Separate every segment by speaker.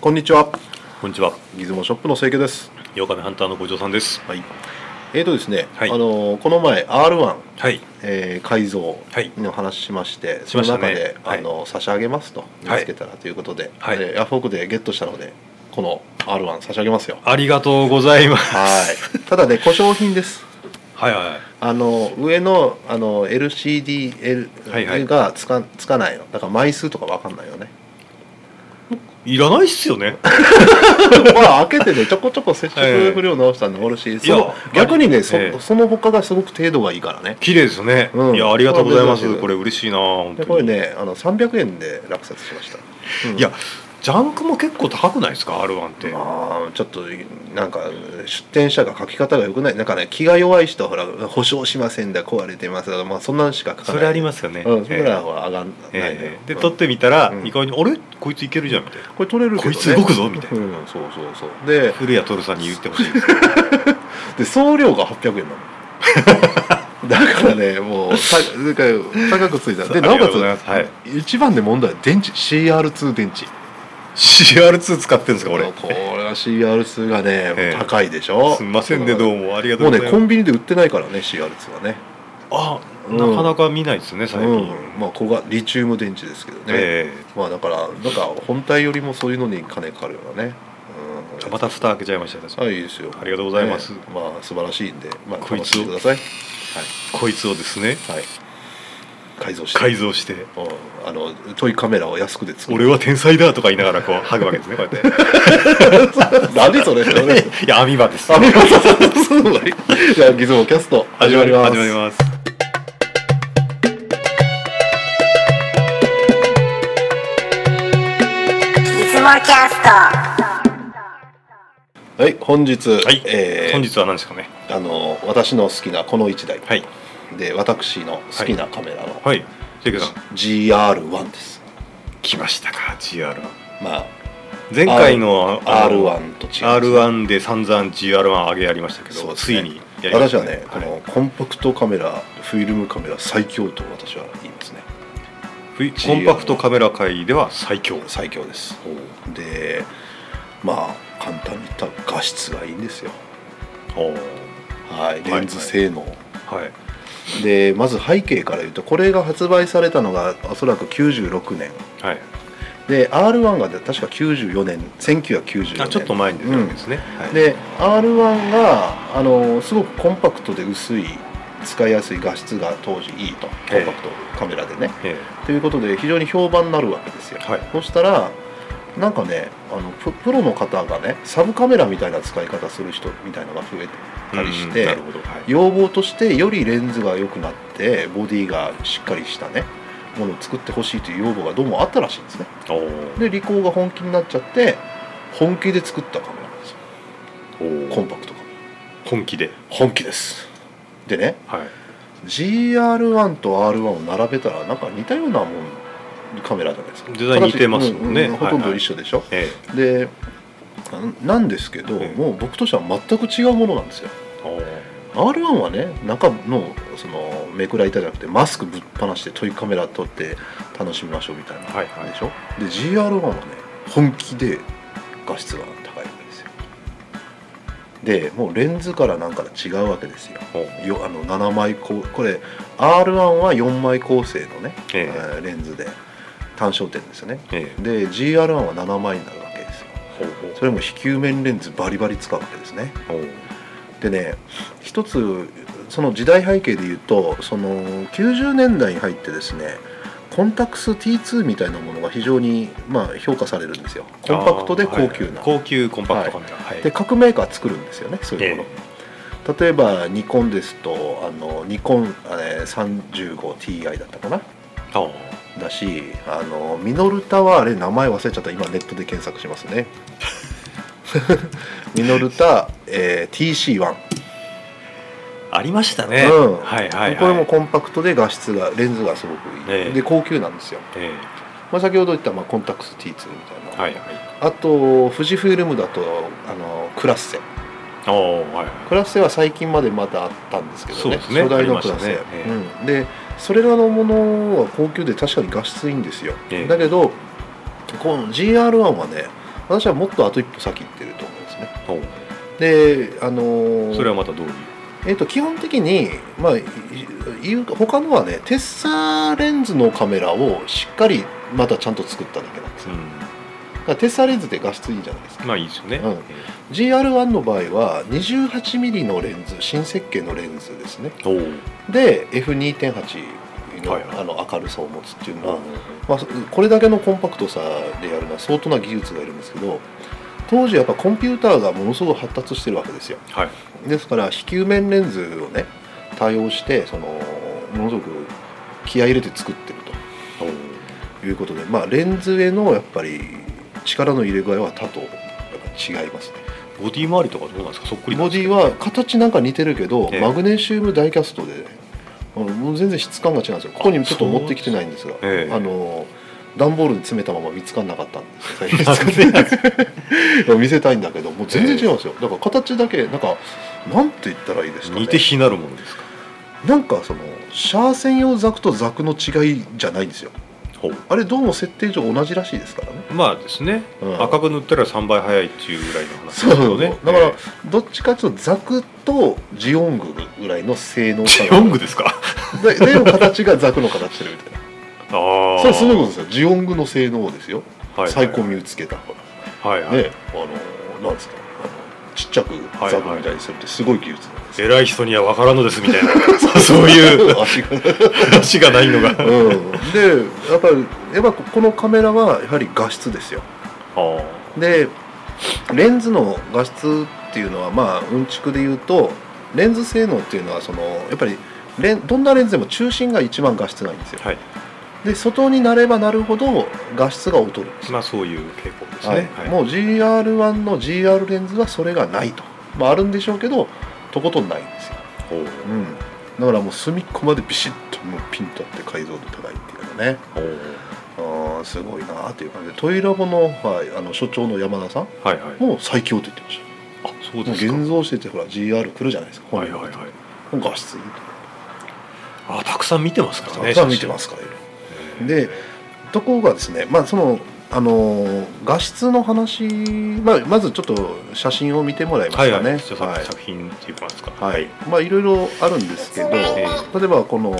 Speaker 1: こんにちは。
Speaker 2: こんにちは。
Speaker 1: ギズモショップの清家です。
Speaker 2: ヨガメハンターの五条さんです。
Speaker 1: はい。えーとですね、
Speaker 2: はい
Speaker 1: あのーこの前 R1、
Speaker 2: はい。
Speaker 1: えー改造
Speaker 2: はい
Speaker 1: の話しまして、
Speaker 2: し
Speaker 1: その
Speaker 2: ましたね
Speaker 1: 中で、
Speaker 2: はい
Speaker 1: あのー差し上げますと見
Speaker 2: はい
Speaker 1: つけたらということで、
Speaker 2: はい
Speaker 1: えーヤフオクでゲットしたのでこの R1 差し上げますよ。
Speaker 2: ありがとうございます。
Speaker 1: はい。 ただね、故障品です。
Speaker 2: はいは
Speaker 1: あのー上のあのー LCD、
Speaker 2: はいはい
Speaker 1: L がつかつかないの。だから枚数とかわかんないよね。
Speaker 2: い。いらないっすよね。
Speaker 1: ほら開けてねちょこちょこ接触不良直したのおるし、その
Speaker 2: いや
Speaker 1: 逆にねそ,、
Speaker 2: ええ
Speaker 1: その他がすごく程度がいいからね
Speaker 2: 綺麗ですよね。
Speaker 1: うん
Speaker 2: いやありがとうございま
Speaker 1: そう
Speaker 2: す。
Speaker 1: です
Speaker 2: これ嬉しいな本当
Speaker 1: で
Speaker 2: に。
Speaker 1: これねあの300円で落札しました、うん
Speaker 2: いやジャンクも結構高くないですか R1 って。
Speaker 1: まあちょっとなんか出店者が書き方が良くないなんかね気が弱い人はほら保証しませんだ壊れてますだまあそんなのしか書かない
Speaker 2: それあり
Speaker 1: ま
Speaker 2: ますよね。
Speaker 1: うん、それら
Speaker 2: え
Speaker 1: はほら上がんない
Speaker 2: え
Speaker 1: のよ、
Speaker 2: ええで
Speaker 1: うん
Speaker 2: 撮ってみたら
Speaker 1: うん
Speaker 2: 意外にあれこいついけるじゃんみたいな。
Speaker 1: これ取れるけど、ね、
Speaker 2: こいつ動くぞみたいな。
Speaker 1: うんそうそうそうで
Speaker 2: 古谷徹さんに言ってほしいです。
Speaker 1: で送料が800円なの だからねもうたなんか高くついたで
Speaker 2: あり
Speaker 1: な
Speaker 2: が
Speaker 1: お
Speaker 2: と
Speaker 1: か
Speaker 2: うございます。はい。
Speaker 1: つ一番で問題は電池 CR2 電池
Speaker 2: CR2 使ってんですかこれ。
Speaker 1: これは CR2 がね、
Speaker 2: ええ
Speaker 1: 高いでしょ
Speaker 2: すみませんねど
Speaker 1: も
Speaker 2: うもありがと
Speaker 1: も
Speaker 2: う
Speaker 1: う
Speaker 2: ご
Speaker 1: ね
Speaker 2: ざい
Speaker 1: コ
Speaker 2: ます。
Speaker 1: ンビニで売ってないからね CR2 はね、
Speaker 2: あ
Speaker 1: うん
Speaker 2: なかなか見ないですね最近。
Speaker 1: うんまあこれがリチウム電池ですけどね、
Speaker 2: ええ
Speaker 1: まあだからなんか本体よりもそういうのに金かかるようなね、うん、
Speaker 2: また蓋開けちゃいましたね
Speaker 1: あいいですよ
Speaker 2: ありがとうございます
Speaker 1: ねまあ素晴らしいんで、まあ、
Speaker 2: こい
Speaker 1: 楽
Speaker 2: つ
Speaker 1: し
Speaker 2: を
Speaker 1: んでください
Speaker 2: こいつをですね
Speaker 1: はい改造して
Speaker 2: 改造して
Speaker 1: うんあのトイカメラを安くで
Speaker 2: 「
Speaker 1: 作る
Speaker 2: 俺は天才だ」とか言いながらこう剥ぐわけですねこうやっ
Speaker 1: 何それそれ
Speaker 2: て いや網場です
Speaker 1: あ見事すごいじゃあギズモキャスト始まります
Speaker 2: 始まります
Speaker 3: いつもキャスト
Speaker 1: はい本日、
Speaker 2: はい、
Speaker 1: えー
Speaker 2: 本日は何ですかね
Speaker 1: あの私の好きなこの1台、
Speaker 2: はい
Speaker 1: で私の好きなカメラの
Speaker 2: はいシェイクさん
Speaker 1: GR1 です、
Speaker 2: 来ましたか GR
Speaker 1: まあ
Speaker 2: 前回のあの
Speaker 1: R1 と違う
Speaker 2: R1 で散々 GR1 上げやりましたけ
Speaker 1: そう
Speaker 2: ど、
Speaker 1: です
Speaker 2: つ
Speaker 1: ね
Speaker 2: いにやりまし
Speaker 1: 私
Speaker 2: た
Speaker 1: はね、こ
Speaker 2: はい
Speaker 1: のコンパクトカメラフィルムカメラ最強と私は言いますね
Speaker 2: ふいコンパクトカメラ界では最強
Speaker 1: 最強ですでまあ簡単に言ったら画質がいいんですよ
Speaker 2: おー
Speaker 1: はいレンズ性能、
Speaker 2: はい
Speaker 1: でまず背景から言うとこれが発売されたのがおそらく96年
Speaker 2: はい
Speaker 1: で R1 がね確か94年1994年
Speaker 2: あちょっと前に出たわけですね、はい
Speaker 1: で R1 があのすごくコンパクトで薄い使いやすい画質が当時いいとコ
Speaker 2: え
Speaker 1: ン
Speaker 2: え
Speaker 1: パクトカメラでね、
Speaker 2: え
Speaker 1: ということで非常に評判になるわけですよ、
Speaker 2: えはい
Speaker 1: そしたらなんかねあのププロの方がねサブカメラみたいな使い方する人みたいなのが増えてたりして
Speaker 2: うんなるほど、はい
Speaker 1: 要望としてよりレンズが良くなってボディがしっかりしたねものを作ってほしいという要望がどうもあったらしいんですね
Speaker 2: お
Speaker 1: でリコーが本気になっちゃって本気で作ったカメラなんですよコン
Speaker 2: お
Speaker 1: パクトカメラ
Speaker 2: 本気で、
Speaker 1: 本気ですでね
Speaker 2: はい、
Speaker 1: GR1 と R1 を並べたらなんか似たようなもんカメラじゃないですか
Speaker 2: デザイン似てますもんね
Speaker 1: 形ううほとんど一緒でしょ、
Speaker 2: え
Speaker 1: であなんですけど、
Speaker 2: ええ
Speaker 1: もう僕としては全く違うものなんですよ
Speaker 2: えお
Speaker 1: R1 はね中のそのめくら板じゃなくてマスクぶっ放してトイカメラ撮って楽しみましょうみたいな、
Speaker 2: はいはい
Speaker 1: でしょで GR1 はね本気で画質が高いわけですよでもうレンズからなんから違うわけですよ
Speaker 2: お
Speaker 1: よあの7枚ここれ R1 は4枚構成のね、
Speaker 2: ええ
Speaker 1: えーレンズで単焦点ですよね
Speaker 2: ええ
Speaker 1: で GR1 は7枚になるわけですよ
Speaker 2: ほうほう
Speaker 1: それも非球面レンズバリバリ使うわけですね
Speaker 2: おう
Speaker 1: でね一つその時代背景で言うとその90年代に入ってですねコンタクス T2 みたいなものが非常に、まあ、評価されるんですよコンパクトで高級な、
Speaker 2: あーはい高級コンパクトカメラはい
Speaker 1: で各メーカー作るんですよねそういうもの、例えばニコンですとあのニコンあれ 35Ti だったかな
Speaker 2: あー
Speaker 1: だしあのミノルタはあれ名前忘れちゃった今ネットで検索します ねミノルタ、えー TC1
Speaker 2: ありましたね、
Speaker 1: うん
Speaker 2: はいはい、はい、
Speaker 1: これもコンパクトで画質がレンズがすごくいい、
Speaker 2: ええ
Speaker 1: で高級なんですよ、
Speaker 2: え
Speaker 1: まあ、先ほど言ったまあコンタクス T2 みたい
Speaker 2: え
Speaker 1: な、
Speaker 2: はいはい
Speaker 1: あと富士フイルムだとあのクラッセ
Speaker 2: おおはいはい
Speaker 1: クラッセは最近までまだあったんですけど
Speaker 2: そう
Speaker 1: ね
Speaker 2: ですね
Speaker 1: 初代のクラッセ、
Speaker 2: ありましたね
Speaker 1: うん、でそれらのものは高級で確かに画質いいんですよ、
Speaker 2: ええ
Speaker 1: だけどこの GR1 はね私はもっとあと一歩先行ってると思うんですね
Speaker 2: ほう
Speaker 1: であのー
Speaker 2: それはまたどういう
Speaker 1: えー、と基本的に、まあ、いい他のはねテッサレンズのカメラをしっかりまたちゃんと作っただけなんですよだからテッサレンズって画質いいじゃないですか
Speaker 2: まあいいですよね、
Speaker 1: うん GR1 の場合は 28mm のレンズ新設計のレンズですね
Speaker 2: おお
Speaker 1: で F2.8 の,、
Speaker 2: はいはい
Speaker 1: あの明るさを持つっていうのは、
Speaker 2: お
Speaker 1: まあ、これだけのコンパクトさでやるのは相当な技術がいるんですけど当時やっぱコンピューターがものすごく発達してるわけですよ
Speaker 2: はい
Speaker 1: ですから非球面レンズをね対応してそのものすごく気合い入れて作ってる
Speaker 2: お
Speaker 1: ということで、まあ、レンズへのやっぱり力の入れ具合は他とやっぱ違いますね
Speaker 2: ボディ周りとかどうなんですかそっくりなん
Speaker 1: ボ
Speaker 2: です
Speaker 1: ディ
Speaker 2: か
Speaker 1: は形なんか似てるけど、
Speaker 2: ええ
Speaker 1: マグネシウムダイキャストで、あのもう全然質感が違うんですよここにちょっと
Speaker 2: あそう
Speaker 1: 持ってきてないんですが、
Speaker 2: ええ
Speaker 1: あの段ボールに詰めたまま見つからなかったんです最 近使ってないです見せたいんだけどもう全然違うんですよだから形だけなんかなんて言ったらいいですか、ね、
Speaker 2: 似て非なるものですか
Speaker 1: なんかそのシャー専用ザクとザクの違いじゃないんですよ
Speaker 2: ほう
Speaker 1: あれどうも設定上同じらしいですからね、
Speaker 2: まあですね、
Speaker 1: うん
Speaker 2: 赤く塗ったら3倍早いっていうぐらいの話です
Speaker 1: そう
Speaker 2: けどね
Speaker 1: だから
Speaker 2: え
Speaker 1: どっちかというとザクとジオングぐらいの性能
Speaker 2: ー
Speaker 1: 差
Speaker 2: ジオングで すか
Speaker 1: ででも形がザクの形してるみたいな
Speaker 2: ああ
Speaker 1: それすごいことですよジオングの性能ですよ、
Speaker 2: はい
Speaker 1: 最高につけた、
Speaker 2: はいはい、
Speaker 1: ねあのなんですかあのちっちゃくザクみたいにするってすごい技術なんですよ、
Speaker 2: 偉い人には分からんのですみ たいなそう そういう
Speaker 1: 足が
Speaker 2: 話がないのがあ
Speaker 1: うんでやっぱりやっぱこのカメラはやはり画質ですよ
Speaker 2: ー
Speaker 1: でレンズの画質っていうのはまあうんちくで言うとレンズ性能っていうのはそのやっぱりレンどんなレンズでも中心が一番画質ないんですよ
Speaker 2: はい
Speaker 1: で外になればなるほど画質が劣るんです
Speaker 2: まあそういう傾向です
Speaker 1: はい
Speaker 2: ね、はい
Speaker 1: もう GR1 の GR レンズはそれがないと、まあ、あるんでしょうけどとことんないんですよ、
Speaker 2: ほう
Speaker 1: うん、だからもう隅っこまでビシッともうピンとあって解像度高いっていうのがね
Speaker 2: ほう
Speaker 1: あーすごいなっていう感じでトイラボの,、はい、あの所長の山田さん
Speaker 2: はいはい
Speaker 1: もう最強って言ってました
Speaker 2: あそう
Speaker 1: もう
Speaker 2: ですか
Speaker 1: 現像しててほら GR 来るじゃないですか、
Speaker 2: はいはいはい
Speaker 1: もう画質いいと
Speaker 2: あたくさん見てますからね
Speaker 1: たくさん見てますすからいろいろでところがですね、まあ、そのあのー画質の話、まあ、まずちょっと写真を見てもらいま
Speaker 2: は
Speaker 1: す
Speaker 2: い
Speaker 1: か
Speaker 2: は
Speaker 1: ね。
Speaker 2: いじゃあ
Speaker 1: はい
Speaker 2: 作品って言いますか
Speaker 1: はいまあ、いろいろあるんですけど、
Speaker 2: え
Speaker 1: 例
Speaker 2: ー
Speaker 1: えばこの、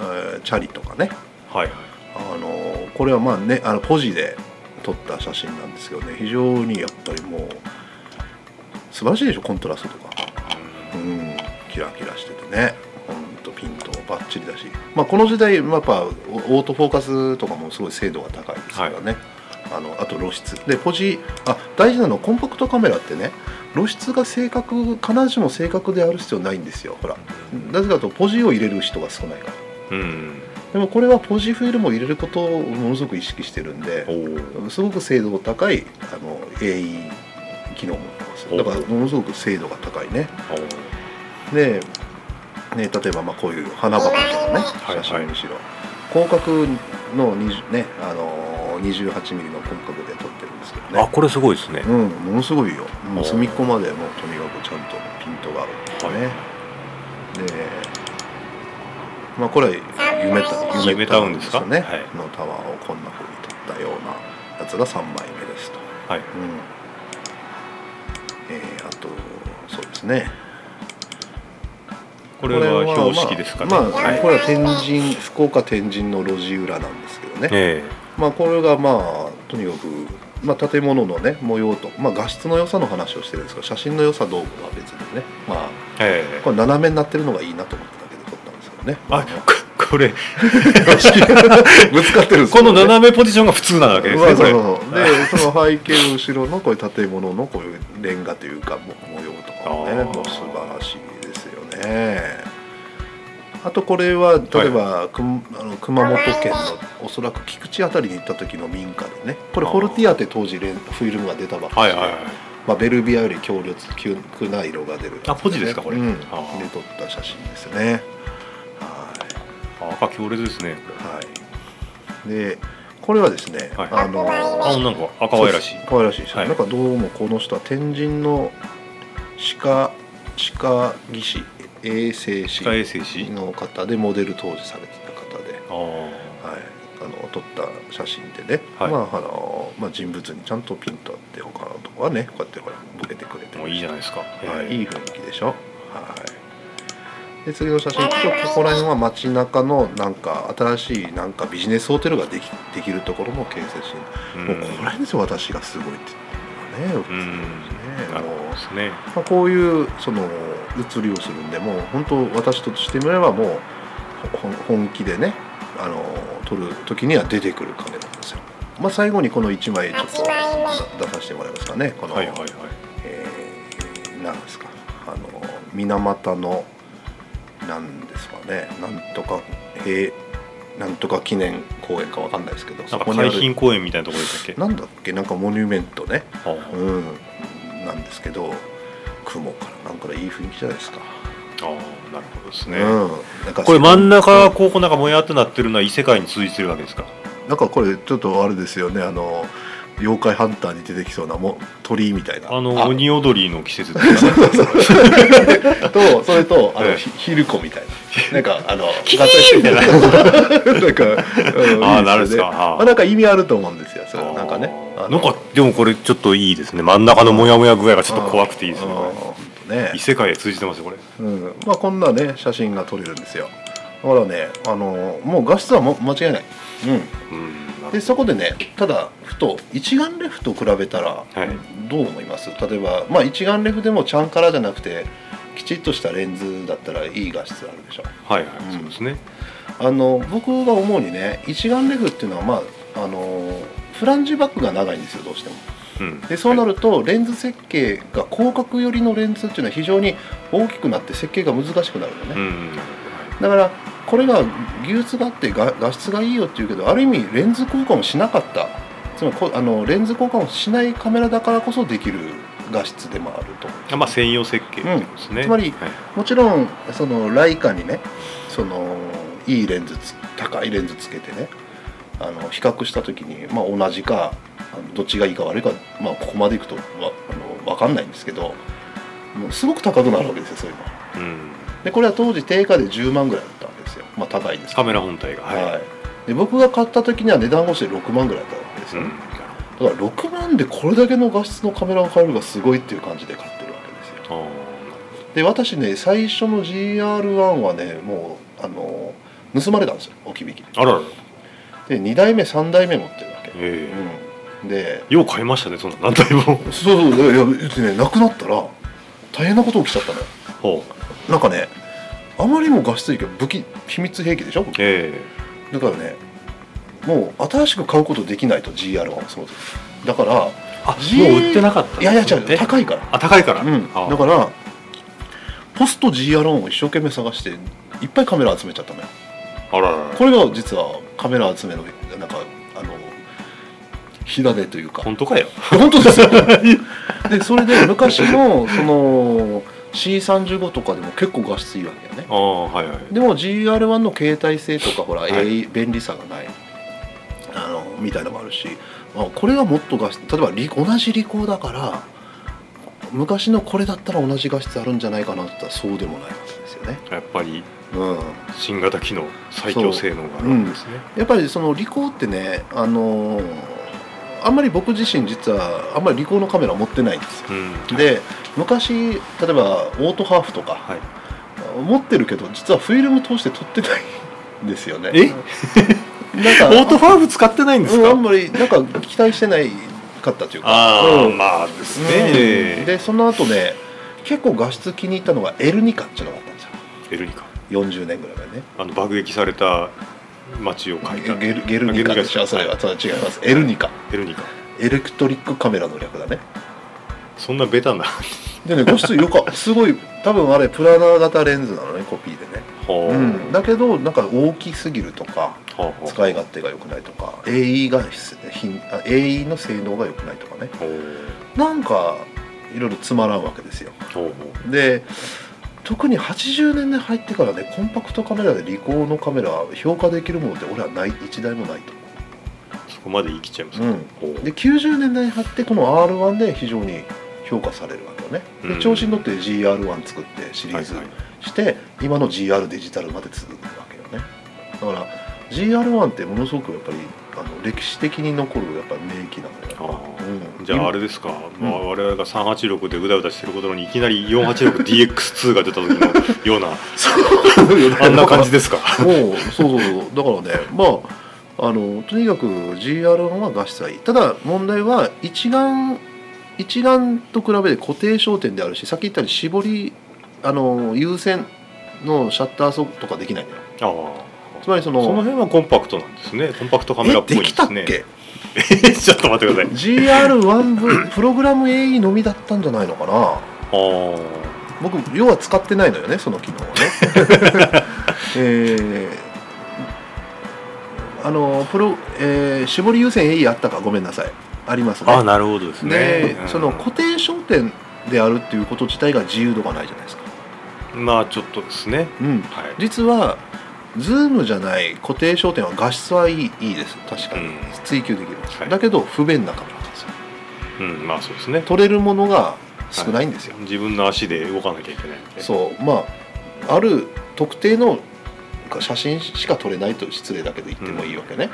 Speaker 1: えーチャリとかね、
Speaker 2: はいはい
Speaker 1: あのーこれはまあねあのポジで撮った写真なんですけどね非常にやっぱりもう素晴らしいでしょコントラストとか、うん、キラキラしててねほんとピントもバッチリだし、まあ、この時代まあやっぱオートフォーカスとかもすごい精度が高いですからね、あのあと露出でポジあ大事なのはコンパクトカメラってね露出が正確必ずしも正確である必要ないんですよほらなぜかというとポジを入れる人が少ないから
Speaker 2: うん
Speaker 1: でもこれはポジフィルムを入れることをものすごく意識してるんで
Speaker 2: おー
Speaker 1: すごく精度の高いあの AE 機能を持ってますだからものすごく精度が高いね
Speaker 2: おー
Speaker 1: で、ね、例えばまあこういう花畑のね
Speaker 2: いはい
Speaker 1: 写真にしろ、広角の20、ねあのー、28mm の広角で撮ってるんですけど
Speaker 2: あ
Speaker 1: ね
Speaker 2: これすごいですね
Speaker 1: うん、ものすごいよも
Speaker 2: お
Speaker 1: う
Speaker 2: ー
Speaker 1: 隅っこまでもうとにかくちゃんとピントがあるっていうね、でまあこれは夢タ
Speaker 2: 夢タウンですか
Speaker 1: ね、
Speaker 2: はい
Speaker 1: のタワーをこんなふうに撮ったようなやつが3枚目ですと。
Speaker 2: はい
Speaker 1: うんえーあとそうですね
Speaker 2: これは標識ですかね
Speaker 1: まあ、まあ
Speaker 2: はい
Speaker 1: これは天神福岡天神の路地裏なんですけどね、
Speaker 2: え
Speaker 1: まあ、これがまあとにかく、まあ、建物のね模様と、まあ、画質の良さの話をしてるんですけど写真の良さどうかは別にね、まあ、
Speaker 2: ええ
Speaker 1: これ斜めになってるのがいいなと思っただけで撮ったんですよね
Speaker 2: えあこ これ
Speaker 1: ぶつかってるんです
Speaker 2: こ
Speaker 1: よ
Speaker 2: の
Speaker 1: ね
Speaker 2: 斜めポジションが普通なわけです
Speaker 1: ま
Speaker 2: ね
Speaker 1: あそ
Speaker 2: こ
Speaker 1: う
Speaker 2: れ
Speaker 1: そうそうでその背景の後ろのこういう建物のこういうレンガというかも模様とかもね
Speaker 2: あー
Speaker 1: もう素晴らしいですよねあとこれは例えば、くんあの熊本県のおそらく菊池あたりに行った時の民家でねこれ
Speaker 2: あー
Speaker 1: フォルティアって当時レンフィルムが出たばっか
Speaker 2: はい
Speaker 1: りで、
Speaker 2: はいはい
Speaker 1: まあ、ベルビアより強烈急な色が出る、
Speaker 2: あポジですかこれ
Speaker 1: うん、
Speaker 2: あ
Speaker 1: で
Speaker 2: ー
Speaker 1: 撮った写真ですよねはい
Speaker 2: あ赤強烈ですね
Speaker 1: はい、でこれはですね、
Speaker 2: はい
Speaker 1: あの
Speaker 2: あ女の子が可愛らし
Speaker 1: そう
Speaker 2: い
Speaker 1: です可愛らしいですよ、
Speaker 2: はい
Speaker 1: なんかどうもこの人は天神の歯科歯科技師衛生
Speaker 2: 歯科衛
Speaker 1: 士
Speaker 2: 生士
Speaker 1: の方でモデル当時されてた方で、
Speaker 2: ああ
Speaker 1: はい、あのの撮った写真でね、
Speaker 2: はい
Speaker 1: まああのまあ、人物にちゃんとピンとあって他のとこはねこうやってほらボケてくれて
Speaker 2: もういいじゃないですか、
Speaker 1: はい、いい雰囲気でしょ。はい。で次の写真、
Speaker 3: はい
Speaker 1: ちょっとここら辺は街中のなんか新しいなんかビジネスホテルができできるところの建設し、
Speaker 2: うん
Speaker 1: もうこれですよ私がすごいって言ってるのがね、
Speaker 2: うんな
Speaker 1: ね
Speaker 2: るほど
Speaker 1: もう
Speaker 2: ですね
Speaker 1: まあ、こういうその移りをするんでもう本当私としてみればもうほ本気でねあの取る時には出てくる金なんですよ。まあ、最後にこの1枚ちょっと
Speaker 3: 一枚
Speaker 1: 出させてもらえますかねこの、
Speaker 2: はいはいはい
Speaker 1: えー、なんですかあの水俣のなんですかねなんとか平なんとか記念公園かわかんないですけど
Speaker 2: なんか
Speaker 1: にある
Speaker 2: 海浜公園みたいなところでしたっけ
Speaker 1: なんだっけなんかモニュメントね
Speaker 2: ああ
Speaker 1: うんなんですけど雲からなんからいい雰囲気じゃないですか、
Speaker 2: ああなるほどですね、
Speaker 1: うん、なんか
Speaker 2: これ真ん中
Speaker 1: う
Speaker 2: がこうなんかもやっとなってるのは異世界に通じてるわけですか
Speaker 1: んなんかこれちょっとあれですよねあの妖怪ハンターに出てきそうなも鳥みたいな
Speaker 2: あの鬼踊りの季節ですかね
Speaker 1: とそれとあ
Speaker 2: え
Speaker 1: の
Speaker 2: え
Speaker 1: ひひるこみたい ななんかあの
Speaker 2: キーンみたいな
Speaker 1: なんか、うん
Speaker 2: ああ
Speaker 1: いい
Speaker 2: なるん
Speaker 1: よ
Speaker 2: ですかああ
Speaker 1: まあ、なんか意味あると思うんですよ。それはなんかね。あ
Speaker 2: な
Speaker 1: の
Speaker 2: んかでもこれちょっといいですね真ん中のモヤモヤ具合がちょっと怖くていいですね
Speaker 1: うん
Speaker 2: こ
Speaker 1: 本当
Speaker 2: れ
Speaker 1: ね
Speaker 2: 異。世界へ通じてますよこれ
Speaker 1: うん。まあこんなね写真が撮れるんですよ。だからね、あのもう画質はも間違いない。う。
Speaker 2: うんなん
Speaker 1: でそこでね、ただふと一眼レフと比べたら
Speaker 2: はい
Speaker 1: どう思います？例えばまあ一眼レフでもちゃんからじゃなくて。きちっとしたレンズだったらいい画質あるでしょ
Speaker 2: はいはい、そうですね
Speaker 1: あの僕が思うにね一眼レフっていうのはまああのフランジバックが長いんですよどうしても
Speaker 2: うん
Speaker 1: でそうなるとレンズ設計が広角寄りのレンズっていうのは非常に大きくなって設計が難しくなるのね、
Speaker 2: うん
Speaker 1: だからこれが技術があってが画質がいいよっていうけどある意味レンズ交換をしなかったつまりこあのレンズ交換をしないカメラだからこそできる画質でもあると
Speaker 2: あまあ専用設計ってことです
Speaker 1: う
Speaker 2: ね、
Speaker 1: んつまり
Speaker 2: はい
Speaker 1: もちろんそのライカにねそのいいレンズつ高いレンズつけてねあの比較した時に、まあ、同じかあのどっちがいいか悪いか、まあ、ここまでいくとわあの分かんないんですけどもうすごく高くなるわけですよそういうのは
Speaker 2: うん、
Speaker 1: でこれは当時定価で10万ぐらいだったわけですよまあ高いです
Speaker 2: カメラ本体が
Speaker 1: はい、で僕が買った時には値段越しで6万ぐらいだったわけです
Speaker 2: う
Speaker 1: よ、
Speaker 2: ん
Speaker 1: だから6万でこれだけの画質のカメラを買えるのがすごいっていう感じで買ってるわけですよ
Speaker 2: あー
Speaker 1: で私ね最初の GR1 はねもうあの盗まれたんですよ置き引き
Speaker 2: あららら、
Speaker 1: でで2代目3代目持ってるわけ、
Speaker 2: ええ
Speaker 1: うん、で
Speaker 2: よう買いましたねそんな何台も
Speaker 1: そ うそういやいやでねなくなったら大変なこと起きちゃったのよ
Speaker 2: ほう
Speaker 1: なんかねあまりにも画質いいけど武器秘密兵器でしょだ
Speaker 2: え
Speaker 1: からねもう新しく買うことできないと GR1 はその時だから
Speaker 2: えあ
Speaker 1: じ
Speaker 2: もう売ってなかったん
Speaker 1: い
Speaker 2: です
Speaker 1: や
Speaker 2: ね
Speaker 1: いや違う高いから
Speaker 2: あ高いから、
Speaker 1: うん、
Speaker 2: あ
Speaker 1: だからポスト GR1 を一生懸命探していっぱいカメラ集めちゃったのよ
Speaker 2: あららら
Speaker 1: これが実はカメラ集めのなんかあの火種というか
Speaker 2: 本当かよ
Speaker 1: 本当ですよでそれで昔のその C35 とかでも結構画質いいわけよね
Speaker 2: ああはいはい
Speaker 1: でも GR1 の携帯性とかほら、
Speaker 2: い
Speaker 1: えい便利さがないあのみたいなのもあるしあこれがもっと画質例えばリ同じリコーだから昔のこれだったら同じ画質あるんじゃないかなって言ったらそうでもないわけですよね。
Speaker 2: やっぱり
Speaker 1: うん
Speaker 2: 新型機能最強性能があるんですね、
Speaker 1: やっぱりそのリコーってね、あのーあんまり僕自身実はあんまりリコーのカメラ持ってないんですよ。
Speaker 2: うん
Speaker 1: で昔例えばオートハーフとか、
Speaker 2: はい
Speaker 1: 持ってるけど実はフィルム通して撮ってないんですよね。
Speaker 2: え
Speaker 1: なんか
Speaker 2: オートファーブ使ってないんです
Speaker 1: うん
Speaker 2: か、
Speaker 1: あんまりなんか期待してないかったというか。
Speaker 2: ああ、
Speaker 1: うん
Speaker 2: まあです
Speaker 1: うん
Speaker 2: ね、
Speaker 1: でその後ね結構画質気に入ったのがエルニカっていうのがあったんですよ。
Speaker 2: エルニカ
Speaker 1: 40年ぐらい前ね。
Speaker 2: あの爆撃された街を描いた
Speaker 1: ゲルゲルニカでしょ。それはそれは違います。エルニカ。
Speaker 2: エルニカ
Speaker 1: エレクトリックカメラの略だね
Speaker 2: そんなベタな
Speaker 1: でね画質よかすごい多分あれプラナー型レンズなのねコピーでね、
Speaker 2: ほ
Speaker 1: う
Speaker 2: う
Speaker 1: ん、だけどなんか大きすぎるとか
Speaker 2: ほう
Speaker 1: 使い勝手が良くないとか AE が品あ AE の性能が良くないとかね
Speaker 2: ほう
Speaker 1: なんかいろいろつまらんわけですよ
Speaker 2: ほう
Speaker 1: で特に80年代入ってからねコンパクトカメラでリコーのカメラ評価できるものって俺はない一台もないと
Speaker 2: そこまで言い切っちゃいます
Speaker 1: 思う、うん、
Speaker 2: ほう
Speaker 1: で90年代に入ってこの R1 で非常に評価されるわけよね、
Speaker 2: う
Speaker 1: で
Speaker 2: ん
Speaker 1: 調子に乗って GR1 作ってシリーズ
Speaker 2: はいはい
Speaker 1: して、今の GR デジタルまで続くわけよねだから GR1 ってものすごくやっぱりあの歴史的に残るやっぱ名機なのよやっぱうん
Speaker 2: じ ゃああれですか、まあ、我々が386でうだうだしてることにいきなり 486DX2 が出た時のよ うな
Speaker 1: そうよね
Speaker 2: あんな感じですか
Speaker 1: もうそうそうそうだからねまああのとにかく GR1 は画質はいいただ問題は一眼一眼と比べて固定焦点であるしさっき言ったように絞りあの優先のシャッター速とかできないのよ
Speaker 2: ああ
Speaker 1: つまりそ
Speaker 2: その
Speaker 1: の
Speaker 2: 辺はコンパクトなんですねコンパクトカメ
Speaker 1: え
Speaker 2: ラっぽい
Speaker 1: で
Speaker 2: んで
Speaker 1: きたっ
Speaker 2: すね
Speaker 1: け
Speaker 2: ちょっと待ってください
Speaker 1: GR1 プログラム AE のみだったんじゃないのかな
Speaker 2: あー
Speaker 1: 僕要は使ってないのよねその機能を ねえーあのプロ、えー絞り優先 AE あったかごめんなさいありますね
Speaker 2: あーなるほどですね
Speaker 1: で、その固定焦点であるっていうこと自体が自由度がないじゃないですか、
Speaker 2: うんまあちょっとですね
Speaker 1: うん、
Speaker 2: はい
Speaker 1: 実はズームじゃない固定焦点は画質はいいいいです確かに、
Speaker 2: うん
Speaker 1: 追求できます、
Speaker 2: はい
Speaker 1: だけど不便なカメラなんですよ
Speaker 2: うんまあそうですね
Speaker 1: 撮れるものが少ないんですよ、
Speaker 2: 自分の足で動かなきゃいけないんで
Speaker 1: そうまあある特定の写真しか撮れないと失礼だけど言ってもいいわけね、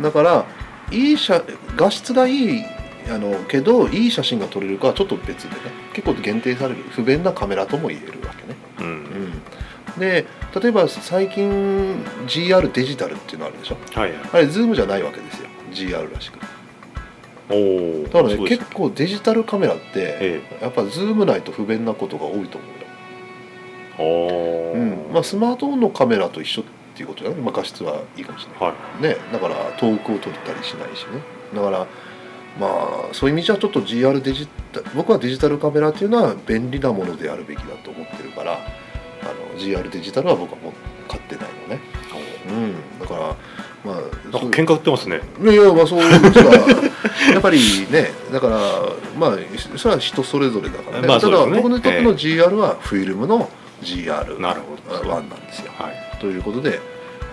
Speaker 1: だからいい写画質がいいあのけどいい写真が撮れるかはちょっと別でね結構限定される不便なカメラとも言えるわけね、
Speaker 2: う
Speaker 1: うんん、で例えば最近 GR デジタルっていうのあるでしょ
Speaker 2: はいはい
Speaker 1: あれズームじゃないわけですよ GR らしくだ
Speaker 2: おお
Speaker 1: からね結構デジタルカメラって
Speaker 2: え
Speaker 1: やっぱズームないと不便なことが多いと思うよ
Speaker 2: えおお、
Speaker 1: うんまあ、スマートフォンのカメラと一緒っていうことだね、まあ、画質はいいかもしれ
Speaker 2: はい
Speaker 1: ない、ね、だから遠くを撮ったりしないしねだからまあそういう意味じゃちょっと GR デジタ僕はデジタルカメラっていうのは便利なものであるべきだと思ってるからあの GR デジタルは僕はもう買ってないのね、うん、だからまあ
Speaker 2: なん
Speaker 1: そう
Speaker 2: か喧嘩売ってますね
Speaker 1: いやいやまあそういう ことはやっぱりねだからまあそれは人それぞれだからね,、
Speaker 2: まあそう
Speaker 1: た
Speaker 2: で
Speaker 1: だ
Speaker 2: すね
Speaker 1: 僕にとって
Speaker 2: え
Speaker 1: の GR はフィルムの GR1
Speaker 2: なるほど
Speaker 1: なんですよ。
Speaker 2: はい
Speaker 1: ということで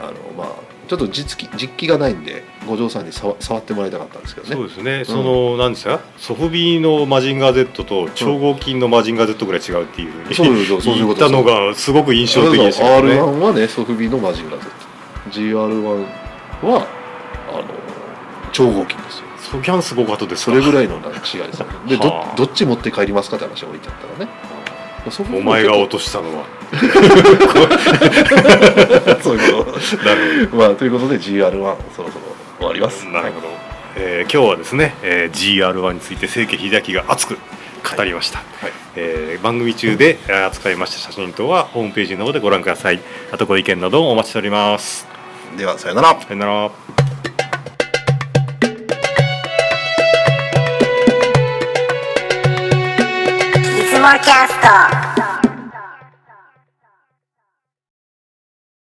Speaker 1: あの、まあ、ちょっと実機実機がないんで五条さんに触触ってもらいたかったんですけど
Speaker 2: そ
Speaker 1: ね
Speaker 2: うですね、そのなんですかソフビのマジンガー Z と超合金のマジンガー Z ぐらい違うっていうふうに
Speaker 1: そうそうそういう
Speaker 2: 言
Speaker 1: こと
Speaker 2: っ
Speaker 1: で
Speaker 2: た
Speaker 1: す
Speaker 2: のがすごく印象的でしたけ
Speaker 1: R1
Speaker 2: どね
Speaker 1: はねソフビのマジンガー Z GR1 はあの超合金ですよ
Speaker 2: ソキャンすごかったです
Speaker 1: そ
Speaker 2: か
Speaker 1: れぐらいのなんか違いですよねでど
Speaker 2: はあ
Speaker 1: どっち持って帰りますかって話が置いてあったらねソフビ
Speaker 2: お
Speaker 1: も
Speaker 2: 前が
Speaker 1: 結構
Speaker 2: 落としたのは
Speaker 1: そういうこ
Speaker 2: なる
Speaker 1: と。まあ、ということで GR1 そろそろ終わります。
Speaker 2: なるほど、えー今日はですね、えー GR1 について清家秀明が熱く語りました、
Speaker 1: はい
Speaker 2: えー番組中でえー扱いました写真等はホームページの方でご覧くださいあとご意見などお待ちしております
Speaker 1: ではさよなら。
Speaker 2: さよなら
Speaker 3: いつもキャスト